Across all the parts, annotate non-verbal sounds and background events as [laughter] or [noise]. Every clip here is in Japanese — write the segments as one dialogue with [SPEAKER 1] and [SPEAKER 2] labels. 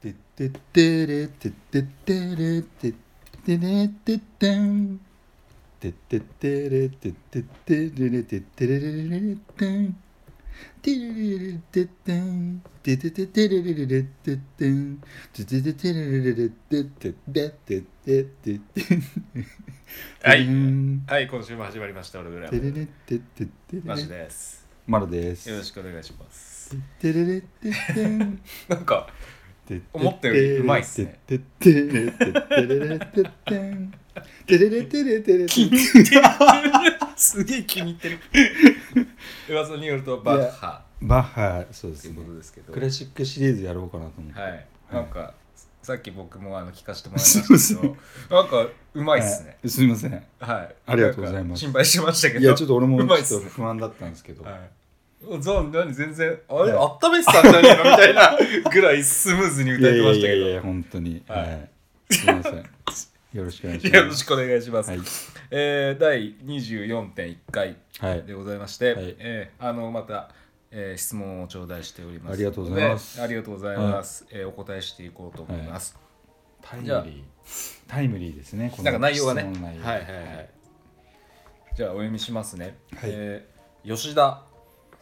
[SPEAKER 1] てってってれてってってれてってねてってんてってってれてってってれれてってれれれれれってんてれれれれてってんててててれれれれてってんててててれれれれてってってってってってって
[SPEAKER 2] はい
[SPEAKER 1] うん
[SPEAKER 2] はい、今週も始まりました。俺ぐらい
[SPEAKER 1] て。れれってってってれ
[SPEAKER 2] マジ
[SPEAKER 1] れ
[SPEAKER 2] です。
[SPEAKER 1] マロです
[SPEAKER 2] よろしくお願いし
[SPEAKER 1] [laughs]
[SPEAKER 2] ます。
[SPEAKER 1] てれれってってん
[SPEAKER 2] なんか、思ったよりうまいっすね。
[SPEAKER 1] てってれてってれれてってんてれれてれてれてん
[SPEAKER 2] すげえ気に入ってる。噂によると、バッハ
[SPEAKER 1] バッハそうで
[SPEAKER 2] と
[SPEAKER 1] す
[SPEAKER 2] いう
[SPEAKER 1] ね
[SPEAKER 2] ことですけど。
[SPEAKER 1] クラシックシリーズやろうかなと思って
[SPEAKER 2] はい。なんか、さっき僕もあの聞かせてもらいましたけど、なんか、うまいっすね。
[SPEAKER 1] はいすみません
[SPEAKER 2] はい。
[SPEAKER 1] ありがとうございます
[SPEAKER 2] なんか心配しましたけど。
[SPEAKER 1] いやちょっと俺も
[SPEAKER 2] うまいっ
[SPEAKER 1] ちょ
[SPEAKER 2] す
[SPEAKER 1] っと
[SPEAKER 2] ね。
[SPEAKER 1] 不安だったんですけど
[SPEAKER 2] はい。ゾーン何全然あれ、
[SPEAKER 1] はい
[SPEAKER 2] 温めてたんじゃねえのみたいなぐらいスムーズに
[SPEAKER 1] いや
[SPEAKER 2] 歌え
[SPEAKER 1] い
[SPEAKER 2] て
[SPEAKER 1] や
[SPEAKER 2] ま
[SPEAKER 1] い
[SPEAKER 2] した
[SPEAKER 1] や
[SPEAKER 2] け
[SPEAKER 1] い
[SPEAKER 2] ど
[SPEAKER 1] や本当に
[SPEAKER 2] はい
[SPEAKER 1] はいすみませんよろしくお願いし
[SPEAKER 2] よろ
[SPEAKER 1] ま
[SPEAKER 2] し
[SPEAKER 1] す
[SPEAKER 2] くお願いします。
[SPEAKER 1] はい
[SPEAKER 2] えー第24.1回
[SPEAKER 1] はい
[SPEAKER 2] でございまして、
[SPEAKER 1] はい
[SPEAKER 2] えーあのまた、えー質問を頂戴しております
[SPEAKER 1] ありがとうございます
[SPEAKER 2] のでありがとうございます、えーお答えしていこうと思います、
[SPEAKER 1] タイムリ
[SPEAKER 2] じゃあ
[SPEAKER 1] ータイムリーですねこの
[SPEAKER 2] なんか内容がね
[SPEAKER 1] 質問内容
[SPEAKER 2] はいはいはいじゃあお読みしますね、
[SPEAKER 1] はい
[SPEAKER 2] えー吉田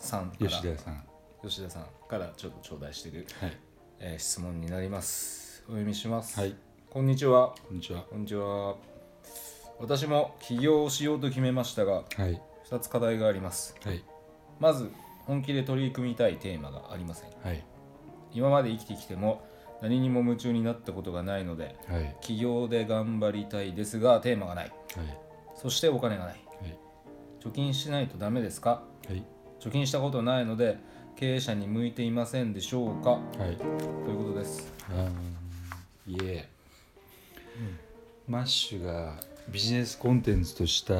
[SPEAKER 2] さんから
[SPEAKER 1] 吉田さん
[SPEAKER 2] 吉田さんからちょっと頂戴している、
[SPEAKER 1] はい
[SPEAKER 2] えー質問になりますお読みします、
[SPEAKER 1] はい
[SPEAKER 2] こんにちは
[SPEAKER 1] こんにちは
[SPEAKER 2] こんにちは私も起業をしようと決めましたが
[SPEAKER 1] はい
[SPEAKER 2] 2つ課題があります
[SPEAKER 1] はい
[SPEAKER 2] まず本気で取り組みたいテーマがありません
[SPEAKER 1] はい
[SPEAKER 2] 今まで生きてきても何にも夢中になったことがないので
[SPEAKER 1] はいはい
[SPEAKER 2] 起業で頑張りたいですがテーマがないそしてお金がない
[SPEAKER 1] はい
[SPEAKER 2] 貯金しないとダメですか
[SPEAKER 1] はい
[SPEAKER 2] 貯金したことないので経営者に向いていませんでしょうか
[SPEAKER 1] はい
[SPEAKER 2] ということです
[SPEAKER 1] いえ、マッシュがビジネスコンテンツとした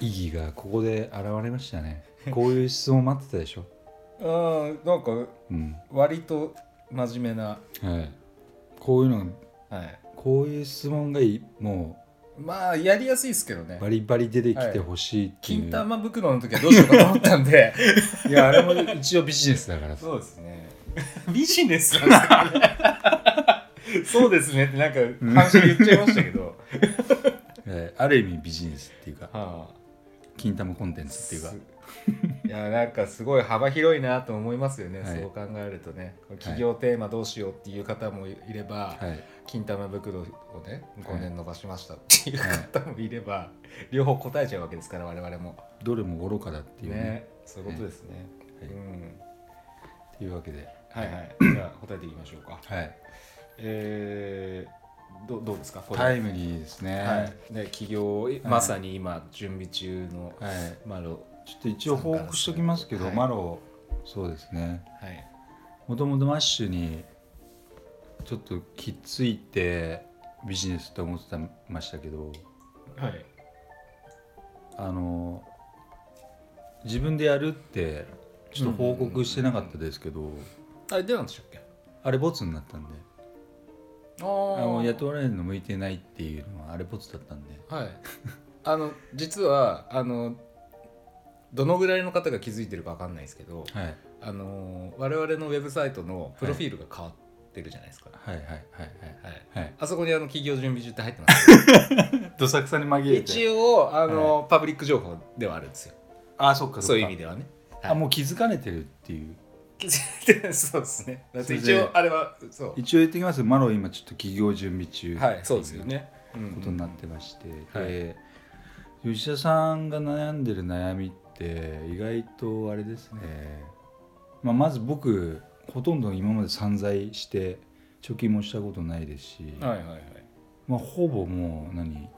[SPEAKER 1] 意義がここで現れました [laughs] ねこういう質問待ってたでしょ
[SPEAKER 2] うんなんか
[SPEAKER 1] うん
[SPEAKER 2] 割と真面目な
[SPEAKER 1] はいこういうのが
[SPEAKER 2] はい
[SPEAKER 1] こういう質問がいいも
[SPEAKER 2] まあやりやすいですけど
[SPEAKER 1] う
[SPEAKER 2] ね
[SPEAKER 1] バリバリ出てきてほしいってい
[SPEAKER 2] 金
[SPEAKER 1] う、
[SPEAKER 2] 玉袋の時はどうしようかと思ったん [laughs] で
[SPEAKER 1] いやあれも一応ビジネスだからさ
[SPEAKER 2] そうです
[SPEAKER 1] [laughs]
[SPEAKER 2] ね。ビジネスなんですかね。そうですねってなんか感想言っちゃいました
[SPEAKER 1] [laughs]
[SPEAKER 2] けど。
[SPEAKER 1] えーある意味ビジネスっていうか
[SPEAKER 2] はあ、
[SPEAKER 1] 金玉コンテンツ
[SPEAKER 2] す
[SPEAKER 1] っていうか
[SPEAKER 2] いやなんかすごい幅広いなと思いますよね、
[SPEAKER 1] はい
[SPEAKER 2] そう考えるとね企業テーマどうしようっていう方もいれば、
[SPEAKER 1] はい
[SPEAKER 2] 金玉袋をね
[SPEAKER 1] は
[SPEAKER 2] 5
[SPEAKER 1] い
[SPEAKER 2] 年伸ばしましたっていう方もいれば、両方答えちゃうわけですから我々も
[SPEAKER 1] どれも愚かだっていうね
[SPEAKER 2] ねそういうことですね、
[SPEAKER 1] はい
[SPEAKER 2] うん
[SPEAKER 1] っていうわけで
[SPEAKER 2] はい
[SPEAKER 1] [coughs]
[SPEAKER 2] はいじゃあ答えていきましょうか
[SPEAKER 1] はい
[SPEAKER 2] えー、どどうですかこれ
[SPEAKER 1] タイムリーですね
[SPEAKER 2] はい、ね起業をまさに今準備中の
[SPEAKER 1] はい
[SPEAKER 2] マロ、
[SPEAKER 1] ちょっと一応報告しておきますけど、
[SPEAKER 2] はい
[SPEAKER 1] マロそうですね
[SPEAKER 2] はい、
[SPEAKER 1] もともとマッシュにちょっときっついてビジネスと思ってましたけど
[SPEAKER 2] はい、
[SPEAKER 1] あの自分でやるってちょっと報告してなかったですけど、
[SPEAKER 2] あれ出たんでしたっけ
[SPEAKER 1] あれボツになったんであ
[SPEAKER 2] ああ
[SPEAKER 1] の
[SPEAKER 2] はい
[SPEAKER 1] 雇われるの向いてないっていうのはあれボツだったんで
[SPEAKER 2] [laughs] あの実はあのどのぐらいの方が気づいてるかわかんないですけど
[SPEAKER 1] はい
[SPEAKER 2] あの我々のウェブサイトのプロフィールが変わってるじゃないですか、
[SPEAKER 1] はいはいはい
[SPEAKER 2] はい
[SPEAKER 1] はいはい
[SPEAKER 2] あそこにあの企業準備中って入って [laughs] ますよ
[SPEAKER 1] どさくさに紛れて
[SPEAKER 2] 一応あの、パブリック情報ではあるんですよ
[SPEAKER 1] あそっか
[SPEAKER 2] そういう意
[SPEAKER 1] っか
[SPEAKER 2] 味では [laughs] ねはい
[SPEAKER 1] あもう気づかれてるっていう
[SPEAKER 2] 気づいてそうですねだって
[SPEAKER 1] そ
[SPEAKER 2] 一
[SPEAKER 1] れで
[SPEAKER 2] 応あれはそう
[SPEAKER 1] 一応言ってきますマロ今ちょっと起業準備中
[SPEAKER 2] はい、そうですよね。
[SPEAKER 1] ことになってまして、
[SPEAKER 2] はい
[SPEAKER 1] で吉田さんが悩んでる悩みって意外とあれですね、まあ、まず僕ほとんど今まで散財して貯金もしたことないですし、
[SPEAKER 2] はいはいはい。
[SPEAKER 1] まあ、ほぼもう何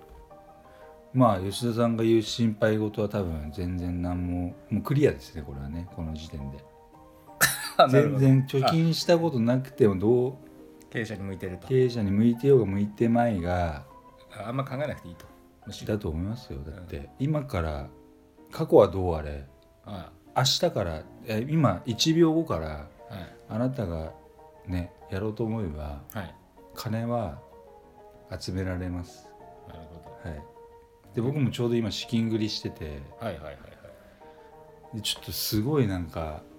[SPEAKER 1] まあ吉田さんが言う心配事は多分全然何ももうクリアですねこれはねこの時点で全然貯金したことなくてもどう
[SPEAKER 2] 経営者に向いてると。
[SPEAKER 1] 経営者に向いてようが向いてまいが
[SPEAKER 2] ああんま考えなくていいと。むしろ。
[SPEAKER 1] だと思いますよだって、今から過去はどうあれ
[SPEAKER 2] は
[SPEAKER 1] 明日からえ今1秒後から
[SPEAKER 2] いはい
[SPEAKER 1] あなたがねやろうと思えば
[SPEAKER 2] はい。
[SPEAKER 1] 金は集められます
[SPEAKER 2] なるほ
[SPEAKER 1] はいで僕もちょうど今資金繰りしてて
[SPEAKER 2] ど。はいはいはいはい。
[SPEAKER 1] でちょっとすごいなんか、
[SPEAKER 2] うん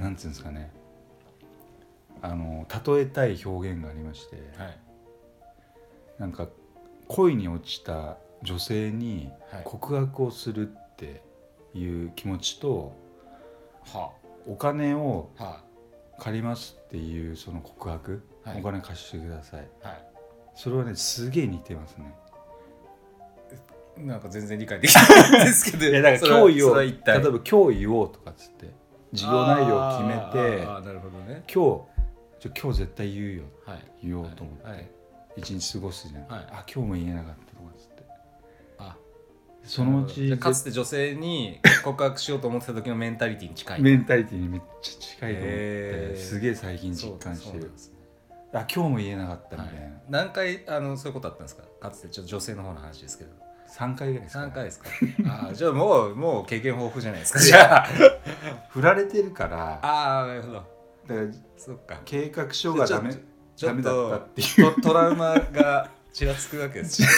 [SPEAKER 1] なんつうんですかねあの例えたい表現がありまして
[SPEAKER 2] はい
[SPEAKER 1] なんか恋に落ちた女性に
[SPEAKER 2] はい
[SPEAKER 1] 告白をするっていう気持ちと
[SPEAKER 2] は
[SPEAKER 1] お金を
[SPEAKER 2] あは
[SPEAKER 1] 借りますっていうその告白、
[SPEAKER 2] あは
[SPEAKER 1] お
[SPEAKER 2] い
[SPEAKER 1] 金貸してください
[SPEAKER 2] は
[SPEAKER 1] それはねすげえ似てますね
[SPEAKER 2] いなんか全然理解できないんですけど
[SPEAKER 1] いやだから脅威を例えば
[SPEAKER 2] ば
[SPEAKER 1] 脅威をとかっつって事業内容を決めて
[SPEAKER 2] あーあーなるほどね
[SPEAKER 1] 今日ちょ今日絶対言うよ
[SPEAKER 2] はい
[SPEAKER 1] 言おうと思って、
[SPEAKER 2] はいはい
[SPEAKER 1] 一日過ごすじゃん、
[SPEAKER 2] はい
[SPEAKER 1] あ今日も言えなかったとかっつって
[SPEAKER 2] あ
[SPEAKER 1] そのうち
[SPEAKER 2] じゃあかつて女性に告白しようと思ってた時のメンタリティに近い
[SPEAKER 1] メンタリティにめっちゃ近いと思って
[SPEAKER 2] へー
[SPEAKER 1] すげえ最近
[SPEAKER 2] そう
[SPEAKER 1] 実感して
[SPEAKER 2] そう
[SPEAKER 1] る
[SPEAKER 2] ですね
[SPEAKER 1] あ今日も言えなかったみ
[SPEAKER 2] は
[SPEAKER 1] たい
[SPEAKER 2] い何回あのそういうことあったんですかかつてちょっと女性の方の話ですけど
[SPEAKER 1] な、3回ぐらいですかね
[SPEAKER 2] 3
[SPEAKER 1] [laughs]
[SPEAKER 2] 回ですかああじゃあもうもう経験豊富じゃないですかじゃあ
[SPEAKER 1] 振られてるから
[SPEAKER 2] ああなるほど
[SPEAKER 1] だから
[SPEAKER 2] そっか
[SPEAKER 1] 計画書がダメ
[SPEAKER 2] ちょち
[SPEAKER 1] ダ
[SPEAKER 2] ょ
[SPEAKER 1] メ
[SPEAKER 2] っ
[SPEAKER 1] だったっ
[SPEAKER 2] と
[SPEAKER 1] ていう
[SPEAKER 2] とトラウマがちらつくわけで
[SPEAKER 1] [laughs]
[SPEAKER 2] すよ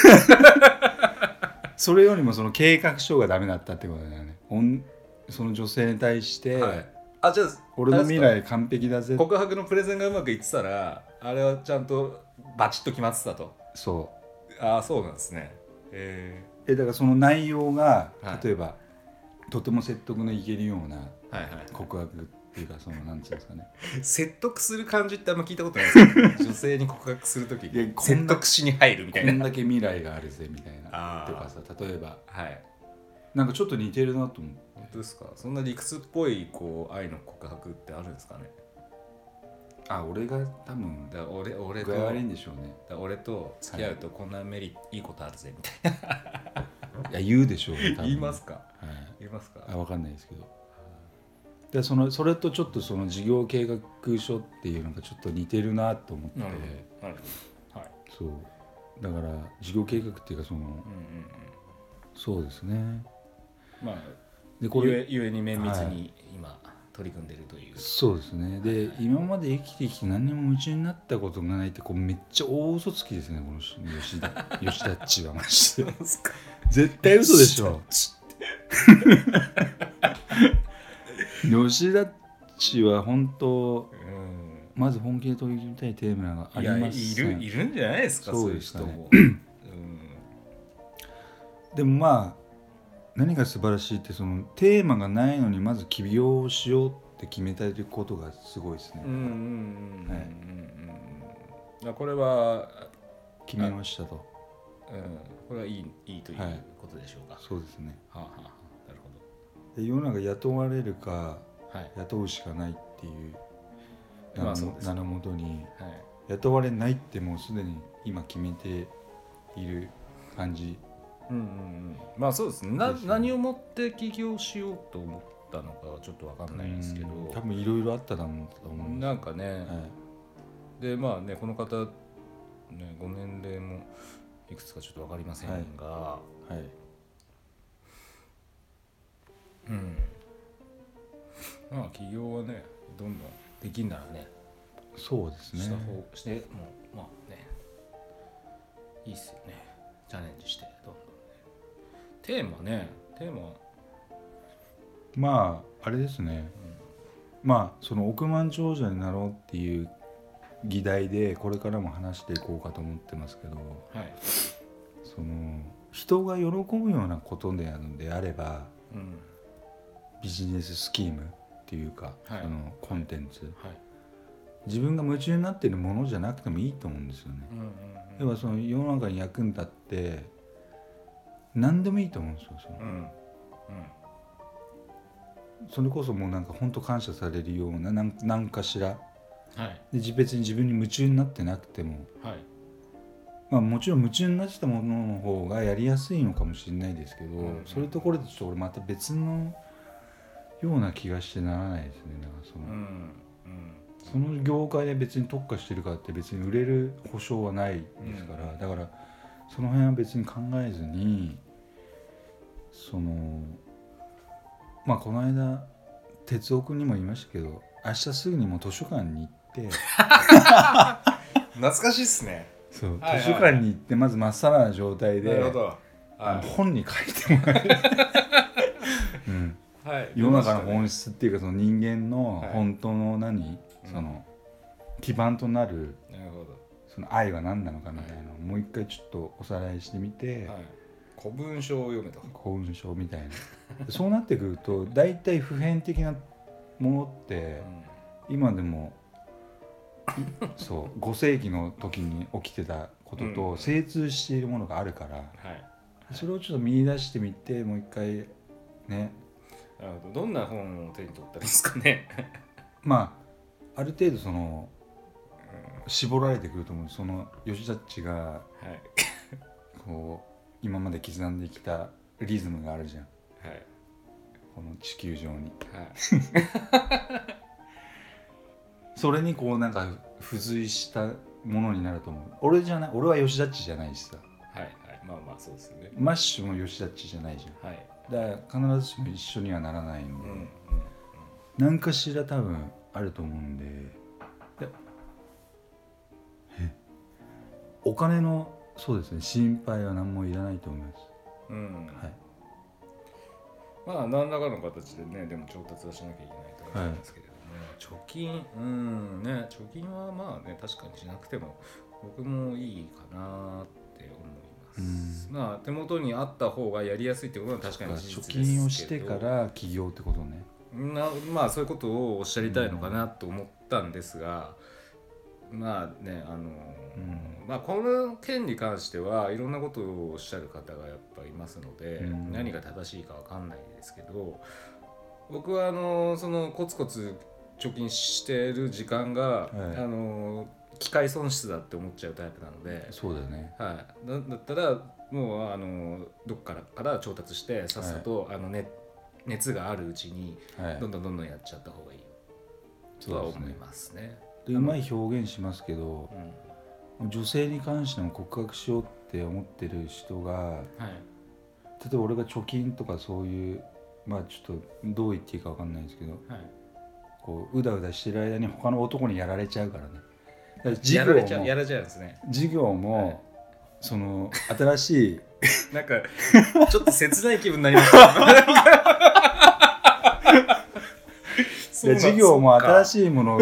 [SPEAKER 1] それよりもその計画書がダメだったってことだよねおんその女性に対して、
[SPEAKER 2] はいあじゃあ
[SPEAKER 1] 俺の未
[SPEAKER 2] あれで
[SPEAKER 1] 来完璧だ
[SPEAKER 2] す
[SPEAKER 1] ぜ
[SPEAKER 2] か告白のプレゼンがうまくいってたらあれはちゃんとバチッと決まってたと
[SPEAKER 1] そ
[SPEAKER 2] ああそうなんですねえ
[SPEAKER 1] うえだからその内容が、
[SPEAKER 2] はい
[SPEAKER 1] 例えばとても説得のいけるような
[SPEAKER 2] ー、はいはい
[SPEAKER 1] 告白っていうかそのなんていうんですかね
[SPEAKER 2] [laughs] 説得する感じってあんま聞いたことないで
[SPEAKER 1] [laughs]
[SPEAKER 2] すけど女性に告白するとき
[SPEAKER 1] いやこんな
[SPEAKER 2] 説得しに入るみた
[SPEAKER 1] こ
[SPEAKER 2] い
[SPEAKER 1] ん
[SPEAKER 2] な
[SPEAKER 1] だけ未来があるぜみたいな
[SPEAKER 2] あー
[SPEAKER 1] とかさ例えば
[SPEAKER 2] はい
[SPEAKER 1] なんかちょっと似てるなと思って
[SPEAKER 2] 本当ですかそんな理屈っぽいこう愛の告白ってあるんですかね
[SPEAKER 1] あ俺が多分
[SPEAKER 2] だから俺俺と
[SPEAKER 1] 具合悪いんでしょうね
[SPEAKER 2] だから俺と付き合うとこんなメリット、い、いことあるぜみたい
[SPEAKER 1] いや言うでしょうね多
[SPEAKER 2] な
[SPEAKER 1] 分
[SPEAKER 2] 言いますか
[SPEAKER 1] はい、
[SPEAKER 2] 言いますか
[SPEAKER 1] あ分かんないですけどでそのそれとちょっとその事業計画書っていうのがちょっと似てるなと思って
[SPEAKER 2] なるほどなるほどはい
[SPEAKER 1] そうだから事業計画っていうかその
[SPEAKER 2] うんうんうん
[SPEAKER 1] そうですね
[SPEAKER 2] まあ
[SPEAKER 1] でこ
[SPEAKER 2] こ
[SPEAKER 1] れ
[SPEAKER 2] れゆえに綿密
[SPEAKER 1] は
[SPEAKER 2] に今取り組んでるという、
[SPEAKER 1] そうですねで、今まで生きてきて何にも夢中になったことがないってこうめっちゃ大嘘つきですねこの人吉
[SPEAKER 2] [laughs]
[SPEAKER 1] 田吉田っちはマジで
[SPEAKER 2] ですか
[SPEAKER 1] 絶対嘘でしょ吉田っちは本当
[SPEAKER 2] うん
[SPEAKER 1] まず本気で取り組みたいテーマがあ
[SPEAKER 2] い
[SPEAKER 1] り
[SPEAKER 2] や
[SPEAKER 1] ま
[SPEAKER 2] い
[SPEAKER 1] す
[SPEAKER 2] るいるんじゃないですか
[SPEAKER 1] そ
[SPEAKER 2] そうう
[SPEAKER 1] で
[SPEAKER 2] いう
[SPEAKER 1] す
[SPEAKER 2] 人
[SPEAKER 1] かね
[SPEAKER 2] も、
[SPEAKER 1] [laughs]
[SPEAKER 2] うん
[SPEAKER 1] でもまあ何が素晴らしいってそのテーマがないのにまず起業しようって決めたいことがすごいですね、
[SPEAKER 2] うんうんうんうんうんうんだからこれは、
[SPEAKER 1] 決めましたと
[SPEAKER 2] うん、これはいいいいという
[SPEAKER 1] はい
[SPEAKER 2] ことでしょうか。は
[SPEAKER 1] そうですね
[SPEAKER 2] あはあはあなるほ
[SPEAKER 1] で世の中雇われるか
[SPEAKER 2] ど。はい。
[SPEAKER 1] 雇うしかないっていう名
[SPEAKER 2] ま
[SPEAKER 1] の,、
[SPEAKER 2] あそうです
[SPEAKER 1] 名のもとに
[SPEAKER 2] はい、
[SPEAKER 1] 雇われないってもうすでに今決めている感じ
[SPEAKER 2] うんうんうん。まあそうですね。な
[SPEAKER 1] ですね
[SPEAKER 2] 何をもって起業しようと思ったのかはちょっとわかんないんですけど、
[SPEAKER 1] うん多分いろいろあっただろうと思うんで
[SPEAKER 2] なんかね、
[SPEAKER 1] す、はい
[SPEAKER 2] でまあねこの方ねご年齢もいくつかちょっとわかりませんが、
[SPEAKER 1] はい、
[SPEAKER 2] うん。まあ起業はねどんどんできんならね
[SPEAKER 1] そうですね
[SPEAKER 2] した方してもうまあねいいっすよねチャレンジしてどんどんねテーマねテーマ
[SPEAKER 1] まああれですね、まあその億万長者になろうっていう議題でこれからも話していこうかと思ってますけど
[SPEAKER 2] はい、
[SPEAKER 1] その人が喜ぶようなことであるのであれば
[SPEAKER 2] うん、
[SPEAKER 1] ビジネススキームっていうか、
[SPEAKER 2] はい
[SPEAKER 1] そのコンテンツ
[SPEAKER 2] はい
[SPEAKER 1] 自分が夢中になっているものじゃなくてもいいと思うんですよね
[SPEAKER 2] う。んうん
[SPEAKER 1] 要はその世の中に役に立って何でもいいと思うんですよその
[SPEAKER 2] うん
[SPEAKER 1] それこそもうなんか本当感謝されるようななんなんかしら
[SPEAKER 2] はい
[SPEAKER 1] でじ別に自分に夢中になってなくても、
[SPEAKER 2] はい
[SPEAKER 1] まあ、もちろん夢中になってたものの方がやりやすいのかもしれないですけど、
[SPEAKER 2] うん
[SPEAKER 1] それとこれでちょっと俺また別のような気がしてならないですねだからその,、
[SPEAKER 2] うんうん
[SPEAKER 1] その業界で別に特化してるからって別に売れる保証はないですから、だからその辺は別に考えずにそのまあこの間哲夫君にも言いましたけど明日すぐにもう図書館に行って。
[SPEAKER 2] 懐かしいっすね
[SPEAKER 1] そう、
[SPEAKER 2] はいはい
[SPEAKER 1] 図書館に行ってまずまっさらな状態で
[SPEAKER 2] なるほど
[SPEAKER 1] あの
[SPEAKER 2] は
[SPEAKER 1] 本に書いてもらう、
[SPEAKER 2] [laughs]
[SPEAKER 1] うん、
[SPEAKER 2] いはい
[SPEAKER 1] 世の中の
[SPEAKER 2] 出まし
[SPEAKER 1] 本質っていうかその人間の
[SPEAKER 2] はい
[SPEAKER 1] 本当の何、
[SPEAKER 2] うん
[SPEAKER 1] その基盤となる
[SPEAKER 2] なるほど
[SPEAKER 1] その愛は何なのかみたいなのをもう一回ちょっとおさらいしてみて、
[SPEAKER 2] はい、古文書を読めと。
[SPEAKER 1] 幸運症みたいなそうなってくると大体普遍的なものって今でもいそう5世紀の時に起きてたこと
[SPEAKER 2] う
[SPEAKER 1] と
[SPEAKER 2] ん
[SPEAKER 1] 精通しているものがあるから
[SPEAKER 2] はい、
[SPEAKER 1] それをちょっと見出してみてもう一回ね
[SPEAKER 2] なるほどどんな本を手に取ったらいいですかね。
[SPEAKER 1] まあある程度その絞られてくると思うその吉田っちが
[SPEAKER 2] はい、
[SPEAKER 1] こう今まで刻んできたリズムがあるじゃん
[SPEAKER 2] はい、
[SPEAKER 1] この地球上に
[SPEAKER 2] はい、
[SPEAKER 1] それにこうなんか付随したものになると思う俺じゃない俺は吉田っちじゃないしさ
[SPEAKER 2] はい、はい、まあまあ、そうですよね。
[SPEAKER 1] マッシュも吉田っちじゃないじゃん
[SPEAKER 2] はい、
[SPEAKER 1] だから必ずしも一緒にはならないん
[SPEAKER 2] う
[SPEAKER 1] で、
[SPEAKER 2] ん、うん、
[SPEAKER 1] 何かしら多分あると思うんででえお金のそうですね心配は何もいらないと思います、
[SPEAKER 2] うん、
[SPEAKER 1] はい、
[SPEAKER 2] まあ、何らかの形でね、でも調達はしなきゃいけないと思いますけれども、貯金、うん、ね、貯金はまあね、確かにしなくても、僕もいいかなって思います。まあ、手元にあった方がやりやすいってことは確かに事実
[SPEAKER 1] 貯
[SPEAKER 2] ですけど
[SPEAKER 1] 金をしてから起業ってことね
[SPEAKER 2] なまあそういうことをおっしゃりたいのかなと思ったんですが、まあねあの、
[SPEAKER 1] うん
[SPEAKER 2] まあこの件に関してはいろんなことをおっしゃる方がやっぱいますので、
[SPEAKER 1] うん
[SPEAKER 2] 何が正しいかわかんないですけど僕はあのそのコツコツ貯金してる時間が、
[SPEAKER 1] はい
[SPEAKER 2] あの機械損失だって思っちゃうタイプなので、
[SPEAKER 1] そうだよね
[SPEAKER 2] はい、だだったらもうあのどっからから調達してさっさと、あのね熱があるうちに
[SPEAKER 1] はい
[SPEAKER 2] どんどんどんどんやっちゃった方がいいとは思いますね。
[SPEAKER 1] でうまい表現しますけど
[SPEAKER 2] うん
[SPEAKER 1] 女性に関しても告白しようって思ってる人が
[SPEAKER 2] はい
[SPEAKER 1] 例えば俺が貯金とかそういうまあちょっとどう言っていいか分かんないですけど
[SPEAKER 2] はい
[SPEAKER 1] こううだうだしてる間に他の男にやられちゃうからねだから
[SPEAKER 2] や
[SPEAKER 1] 授
[SPEAKER 2] ら
[SPEAKER 1] 業
[SPEAKER 2] れちゃうや
[SPEAKER 1] も
[SPEAKER 2] られちゃうんですね。
[SPEAKER 1] 授業
[SPEAKER 2] はい
[SPEAKER 1] もその新し
[SPEAKER 2] [laughs]
[SPEAKER 1] い
[SPEAKER 2] なんかちょっと切ない気分になりました。そうなん
[SPEAKER 1] 授業も新
[SPEAKER 2] そ
[SPEAKER 1] しいも
[SPEAKER 2] [laughs]
[SPEAKER 1] のを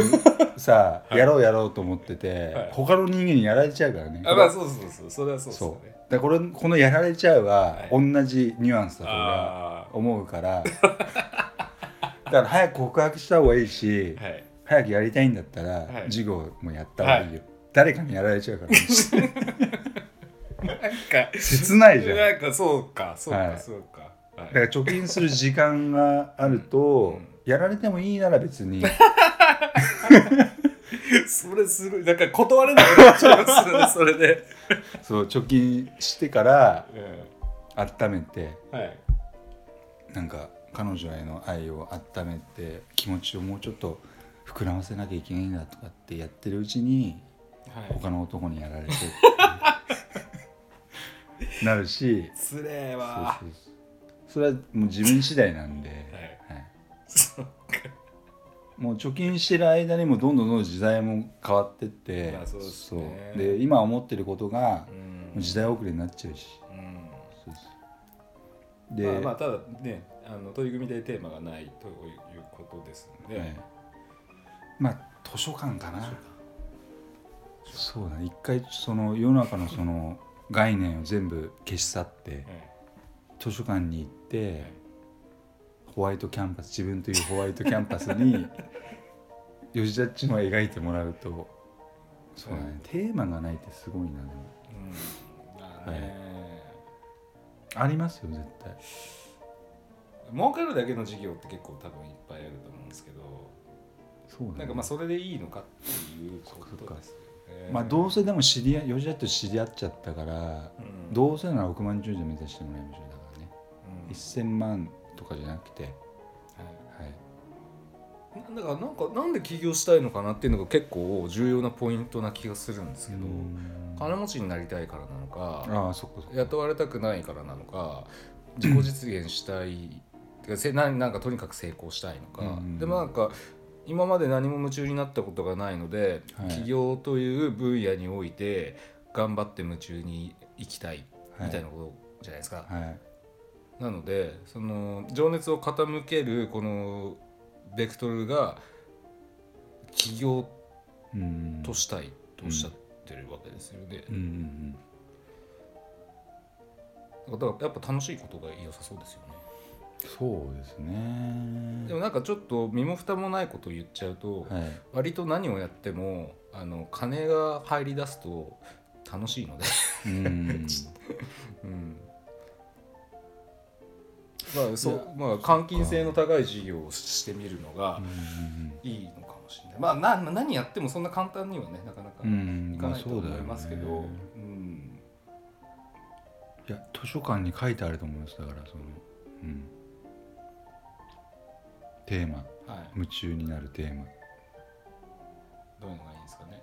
[SPEAKER 1] さやろうやろうと思ってて、
[SPEAKER 2] はい
[SPEAKER 1] 他の人間にやられちゃうからね
[SPEAKER 2] っかあまあそうそうそうそれはそうです
[SPEAKER 1] そ
[SPEAKER 2] よ
[SPEAKER 1] うだか
[SPEAKER 2] ね。
[SPEAKER 1] らこれこの「やられちゃうは」同
[SPEAKER 2] は
[SPEAKER 1] じニュアンスだと俺は
[SPEAKER 2] あ
[SPEAKER 1] 思うからだから早く告白した方がいいし、
[SPEAKER 2] あはい
[SPEAKER 1] 早くやりたいんだったら、
[SPEAKER 2] はい
[SPEAKER 1] 授業もやった方がいいよ、誰かにやられちゃうから、ね、
[SPEAKER 2] なんか
[SPEAKER 1] 切ないじゃんだ
[SPEAKER 2] なんかそうかそう
[SPEAKER 1] は
[SPEAKER 2] か
[SPEAKER 1] い
[SPEAKER 2] そうか。はい
[SPEAKER 1] から貯金する時間があると、
[SPEAKER 2] うん
[SPEAKER 1] やられてもいいなら別
[SPEAKER 2] [laughs]
[SPEAKER 1] に
[SPEAKER 2] それすごいなんか断れなくなっちゃいますよねそれで、
[SPEAKER 1] そう貯金してから
[SPEAKER 2] う
[SPEAKER 1] 温めて
[SPEAKER 2] ん、はい
[SPEAKER 1] なんか彼女への愛を温めて気持ちをもうちょっと膨らませなきゃいけないんだとかってやってるうちに
[SPEAKER 2] はい
[SPEAKER 1] 他の男にやられてっていう
[SPEAKER 2] [laughs]
[SPEAKER 1] なるし
[SPEAKER 2] つれえ
[SPEAKER 1] そう
[SPEAKER 2] わ
[SPEAKER 1] そうそうそれはもう自分次第なんで、
[SPEAKER 2] はい
[SPEAKER 1] はい、
[SPEAKER 2] そう
[SPEAKER 1] もう貯金してる間にもどんどんどんどん時代も変わってって、
[SPEAKER 2] まあそうですね
[SPEAKER 1] そうで今思ってることが
[SPEAKER 2] う
[SPEAKER 1] もうん時代遅れになっちゃうし、
[SPEAKER 2] うん
[SPEAKER 1] そうそうで、
[SPEAKER 2] まあ、まあただねあの取り組みでテーマがないということですので、
[SPEAKER 1] はいまあ図書館か
[SPEAKER 2] どうし
[SPEAKER 1] な
[SPEAKER 2] ようか
[SPEAKER 1] そうだね一回その世の中のその概念を全部消し去って
[SPEAKER 2] え
[SPEAKER 1] 図書館に行って、
[SPEAKER 2] え
[SPEAKER 1] ホワイトキャンパス自分というホワイトキャンパス [laughs] に吉田っちのを描いてもらうとそうだね、
[SPEAKER 2] うん
[SPEAKER 1] テーマがないってすごいなでも
[SPEAKER 2] うんまあね、
[SPEAKER 1] ありますよ絶対。
[SPEAKER 2] 儲かるだけの事業って結構多分いっぱいあると思うんですけど
[SPEAKER 1] そうだね
[SPEAKER 2] なんかまあそれでいいのかっていうことですよね
[SPEAKER 1] まあどうせでも知り合い吉田と知り合っちゃったから、
[SPEAKER 2] うん
[SPEAKER 1] どうせなら億万長者目指してもらいましょうだからね、
[SPEAKER 2] うん
[SPEAKER 1] 1000万とかじゃなくて、は
[SPEAKER 2] はい
[SPEAKER 1] い、
[SPEAKER 2] だからなんかなんで起業したいのかなっていうのが結構重要なポイントな気がするんですけど、金持ちになりたいからなのか
[SPEAKER 1] ああそっかそっか
[SPEAKER 2] 雇われたくないからなのか自己実現したいてかせななんかとにかく成功したいのか、
[SPEAKER 1] うん
[SPEAKER 2] でもなんか今まで何も夢中になったことがないので、
[SPEAKER 1] はい
[SPEAKER 2] 起業という分野において頑張って夢中に生きたいみたいなことじゃないですか。
[SPEAKER 1] はい
[SPEAKER 2] なのでその情熱を傾けるこのベクトルが起業
[SPEAKER 1] うん
[SPEAKER 2] としたいとおっしゃってるわけですよね
[SPEAKER 1] う、ん
[SPEAKER 2] だからやっぱ楽しいことが良さそうですよね
[SPEAKER 1] そうですね
[SPEAKER 2] でもなんかちょっと身も蓋もないことを言っちゃうと、
[SPEAKER 1] はい
[SPEAKER 2] 割と何をやってもあの金が入り出すと楽し
[SPEAKER 1] [laughs]
[SPEAKER 2] いので、
[SPEAKER 1] うん
[SPEAKER 2] [laughs] うんまあそうまあ、換金性の高い事業をしてみるのがいいのかもしれない、まあ、な何やってもそんな簡単にはねなかなか
[SPEAKER 1] うんうん
[SPEAKER 2] いか
[SPEAKER 1] まあ
[SPEAKER 2] ないと
[SPEAKER 1] そうだよ
[SPEAKER 2] 思い
[SPEAKER 1] ね
[SPEAKER 2] ますけど、うん
[SPEAKER 1] いや図書館に書いてあると思いますだからそのうんテーマ
[SPEAKER 2] はい
[SPEAKER 1] 夢中になるテーマい
[SPEAKER 2] どういうのがいいんですかね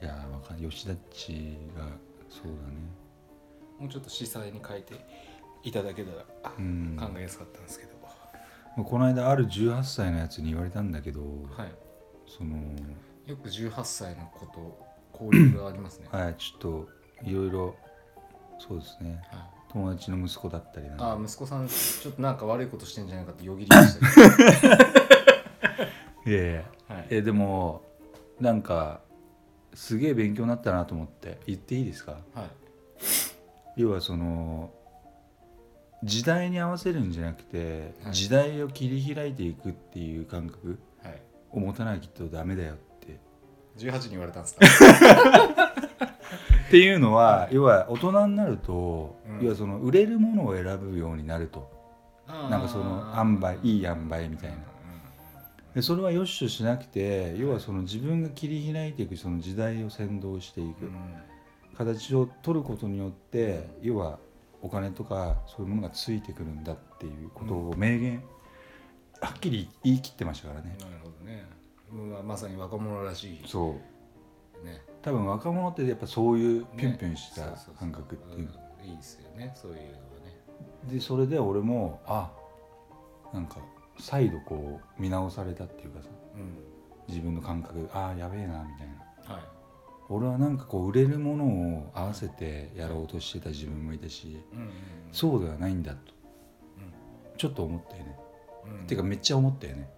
[SPEAKER 1] やーわかん吉田っちがそうだね
[SPEAKER 2] もうちょっと司祭に書いていただけたらあ
[SPEAKER 1] うん
[SPEAKER 2] 考えやすかったんですけど、
[SPEAKER 1] まあこの間ある18歳のやつに言われたんだけど、
[SPEAKER 2] はい、
[SPEAKER 1] その
[SPEAKER 2] よく18歳の子と交流がありますね、
[SPEAKER 1] はいちょっといろいろそうですね
[SPEAKER 2] はい
[SPEAKER 1] 友達の息子だったりなんか
[SPEAKER 2] ああ息子さんちょっとなんか悪いことしてんじゃないかってよぎりましたけ
[SPEAKER 1] いやいや [laughs]
[SPEAKER 2] ど、はい、
[SPEAKER 1] えでもなんかすげえ勉強になったなと思って言っていいですか
[SPEAKER 2] はい
[SPEAKER 1] 要はその時代に合わせるんじゃなくて、
[SPEAKER 2] はい
[SPEAKER 1] 時代を切り開いていくっていう感覚
[SPEAKER 2] はい
[SPEAKER 1] を持たないとダメだよって
[SPEAKER 2] 18に言われたんですか
[SPEAKER 1] っていうのは、要は大人になると、
[SPEAKER 2] うん
[SPEAKER 1] 要はその売れるものを選ぶようになると [laughs] なんかその塩梅いい塩梅みたいなでそれはよしとしなくて要はその自分が切り開いていくその時代を先導していく、形を取ることによって要はお金とかそういうものがついてくるんだっていうことを明言、はっきり言い切ってましたからね
[SPEAKER 2] なるほどねうわまさに若者らしい
[SPEAKER 1] そう
[SPEAKER 2] ね
[SPEAKER 1] 多分若者ってやっぱそういうピュンピュンした
[SPEAKER 2] ねそうそうそう
[SPEAKER 1] 感覚っていう
[SPEAKER 2] うんいいですよねそういうのはね
[SPEAKER 1] でそれで俺もあなんか再度こう見直されたっていうかさ
[SPEAKER 2] うん
[SPEAKER 1] 自分の感覚ああやべえなみたいな
[SPEAKER 2] はい
[SPEAKER 1] 俺はなんかこう売れるものを合わせてやろうとしてた自分もいたし
[SPEAKER 2] うんうん
[SPEAKER 1] そうではないんだと、
[SPEAKER 2] うん
[SPEAKER 1] ちょっと思ったよね
[SPEAKER 2] うん
[SPEAKER 1] てかめっちゃ思ったよ
[SPEAKER 2] [laughs]
[SPEAKER 1] ね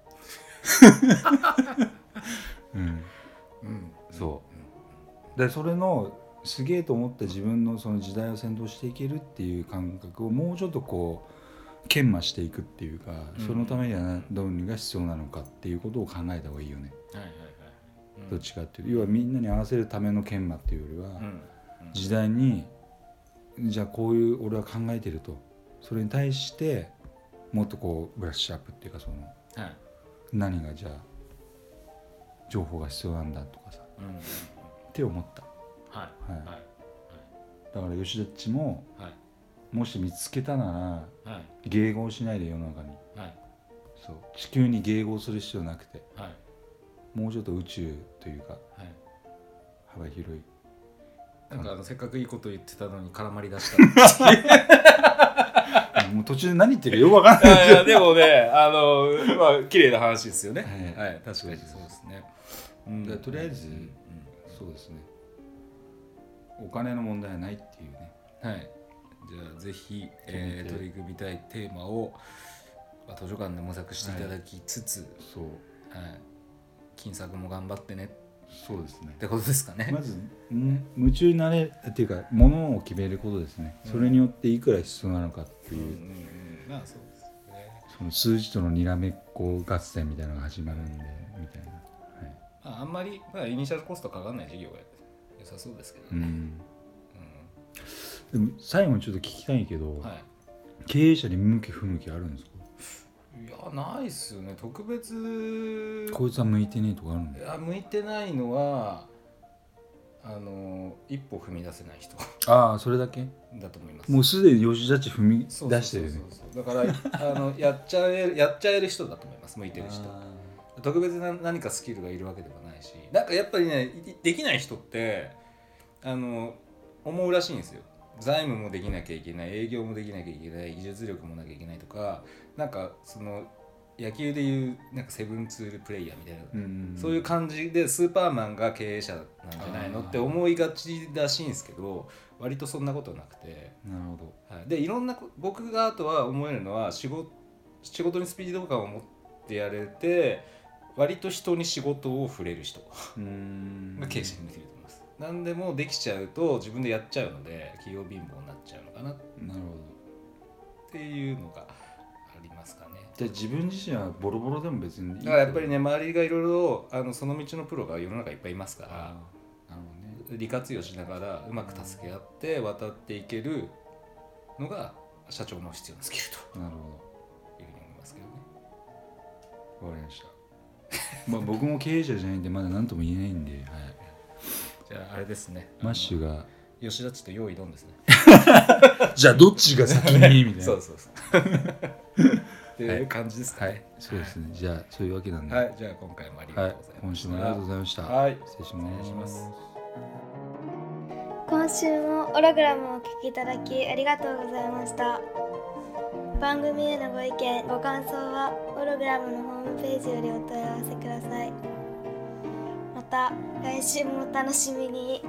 [SPEAKER 1] うん
[SPEAKER 2] うん
[SPEAKER 1] そうでそれのすげえと思った自分のその時代を先導していけるっていう感覚をもうちょっとこう研磨していくっていうか、
[SPEAKER 2] うん
[SPEAKER 1] そのためにはなどうにが必要なのかっていうことを考えた方がいいよね、
[SPEAKER 2] はいはいはい
[SPEAKER 1] どっちかっていう要はみんなに合わせるための研磨っていうよりは、
[SPEAKER 2] うんうん
[SPEAKER 1] 時代にじゃあこういう俺は考えてるとそれに対してもっとこうブラッシュアップっていうかその
[SPEAKER 2] はい
[SPEAKER 1] 何がじゃあ情報が必要なんだとかさ
[SPEAKER 2] うんうん
[SPEAKER 1] って思った、
[SPEAKER 2] は
[SPEAKER 1] はい
[SPEAKER 2] いはい
[SPEAKER 1] だから吉田っちも
[SPEAKER 2] はい
[SPEAKER 1] もし見つけたな
[SPEAKER 2] はい
[SPEAKER 1] ら迎合しないで世の中に
[SPEAKER 2] はい
[SPEAKER 1] そう地球に迎合する必要なくて
[SPEAKER 2] はい
[SPEAKER 1] もうちょっと宇宙というか
[SPEAKER 2] はい
[SPEAKER 1] 幅広い
[SPEAKER 2] なんかあのせっかくいいこと言ってたのに絡まりだ [laughs] した。
[SPEAKER 1] あもう途中で何言 [laughs] ってるかよくわかんない
[SPEAKER 2] いやいやでもね、あのまあ綺麗な話ですよね
[SPEAKER 1] はい
[SPEAKER 2] はい、確かにそうですね。うん
[SPEAKER 1] だからとりあえず
[SPEAKER 2] うん
[SPEAKER 1] そうですねお金の問題はないっていうね
[SPEAKER 2] うんはい。じゃあぜひ、え
[SPEAKER 1] 決め
[SPEAKER 2] ー
[SPEAKER 1] て
[SPEAKER 2] 取り組みたいテーマを、まあ、図書館で模索していただきつつ、
[SPEAKER 1] そう
[SPEAKER 2] はい金策も頑張ってね
[SPEAKER 1] そうですね
[SPEAKER 2] ってことですかね
[SPEAKER 1] ま。ず、ね、夢中になれっていうかものを決めることですねそれによっていくら必要なのかって
[SPEAKER 2] う
[SPEAKER 1] い
[SPEAKER 2] ん
[SPEAKER 1] う、
[SPEAKER 2] うんうんまあそうですね。
[SPEAKER 1] その数字とのにらめっこ合戦みたいなのが始まるんでみたいな、はい、
[SPEAKER 2] まああんまりまあイニシャルコストかかんない事業が良さそうですけ
[SPEAKER 1] う
[SPEAKER 2] どね。
[SPEAKER 1] んでも最後にちょっと聞きたいけど、
[SPEAKER 2] うんはい。
[SPEAKER 1] 経営者に向き不向きあるんですか
[SPEAKER 2] いやないっすよね特別
[SPEAKER 1] こいつは向いてねえとかあるん
[SPEAKER 2] い
[SPEAKER 1] だよ
[SPEAKER 2] や向いてないのはあの一歩踏み出せない人 [laughs]
[SPEAKER 1] ああそれだけ
[SPEAKER 2] だと思います
[SPEAKER 1] もうすでに吉田っち踏み
[SPEAKER 2] そう
[SPEAKER 1] 出してるよ
[SPEAKER 2] そ
[SPEAKER 1] ね
[SPEAKER 2] うそうそうだからあのやっちゃえるやっちゃえる人だと思います向いてる人
[SPEAKER 1] あ
[SPEAKER 2] 特別な何かスキルがいるわけではないしなんかやっぱりねいできない人ってあの思うらしいんですよ財務もできなきゃいけない営業もできなきゃいけない技術力もなきゃいけないとかなんかその野球でいうなんかセブンツールプレイヤーみたいな
[SPEAKER 1] ーうん
[SPEAKER 2] そういう感じでスーパーマンが経営者なんじゃないのって思いがちらしいんですけど割とそんなことなくて、
[SPEAKER 1] なるほど
[SPEAKER 2] はい、でいろんなこ僕があとは思えるのは仕事仕事にスピード感を持ってやれて割と人に仕事を触れる人
[SPEAKER 1] うーん
[SPEAKER 2] が経営者に向いてると思います、何でもできちゃうと自分でやっちゃうので企業貧乏になっちゃうのかなっ
[SPEAKER 1] なるほど
[SPEAKER 2] ていうのがありますかね
[SPEAKER 1] じゃあ自分自身はボロボロでも別にいい
[SPEAKER 2] だからやっぱりね周りがいろいろあのその道のプロが世の中いっぱいいますから
[SPEAKER 1] あーなるほどね
[SPEAKER 2] 利活用しながらうまく助け合って渡っていけるのが社長の必要なスキル
[SPEAKER 1] なる
[SPEAKER 2] というふうに思いますけどね
[SPEAKER 1] ほどわかりました [laughs] まあ僕も経営者じゃないんでまだ何とも言えないんで、はい、
[SPEAKER 2] じゃああれですね
[SPEAKER 1] マッシュが
[SPEAKER 2] 吉田っちと用意どんですね
[SPEAKER 1] [laughs] じゃあどっちが先に [laughs] みたいな
[SPEAKER 2] [laughs] そうそうそう
[SPEAKER 1] [laughs]
[SPEAKER 2] っていう感じですか
[SPEAKER 1] はい
[SPEAKER 2] ね、
[SPEAKER 1] そうですねじゃあそういうわけなんで、
[SPEAKER 2] はい、じゃあ今回もありが
[SPEAKER 1] は
[SPEAKER 2] と
[SPEAKER 1] いう
[SPEAKER 2] ございま
[SPEAKER 1] 今
[SPEAKER 2] し
[SPEAKER 1] 週
[SPEAKER 2] た
[SPEAKER 1] もありがとうございました、
[SPEAKER 2] はい
[SPEAKER 1] 失礼し
[SPEAKER 2] 失礼しま
[SPEAKER 1] ますす
[SPEAKER 3] 今週もオログラムをお聞きいただきありがとうございました番組へのご意見ご感想はオログラムのホームページよりお問い合わせくださいまた来週もお楽しみに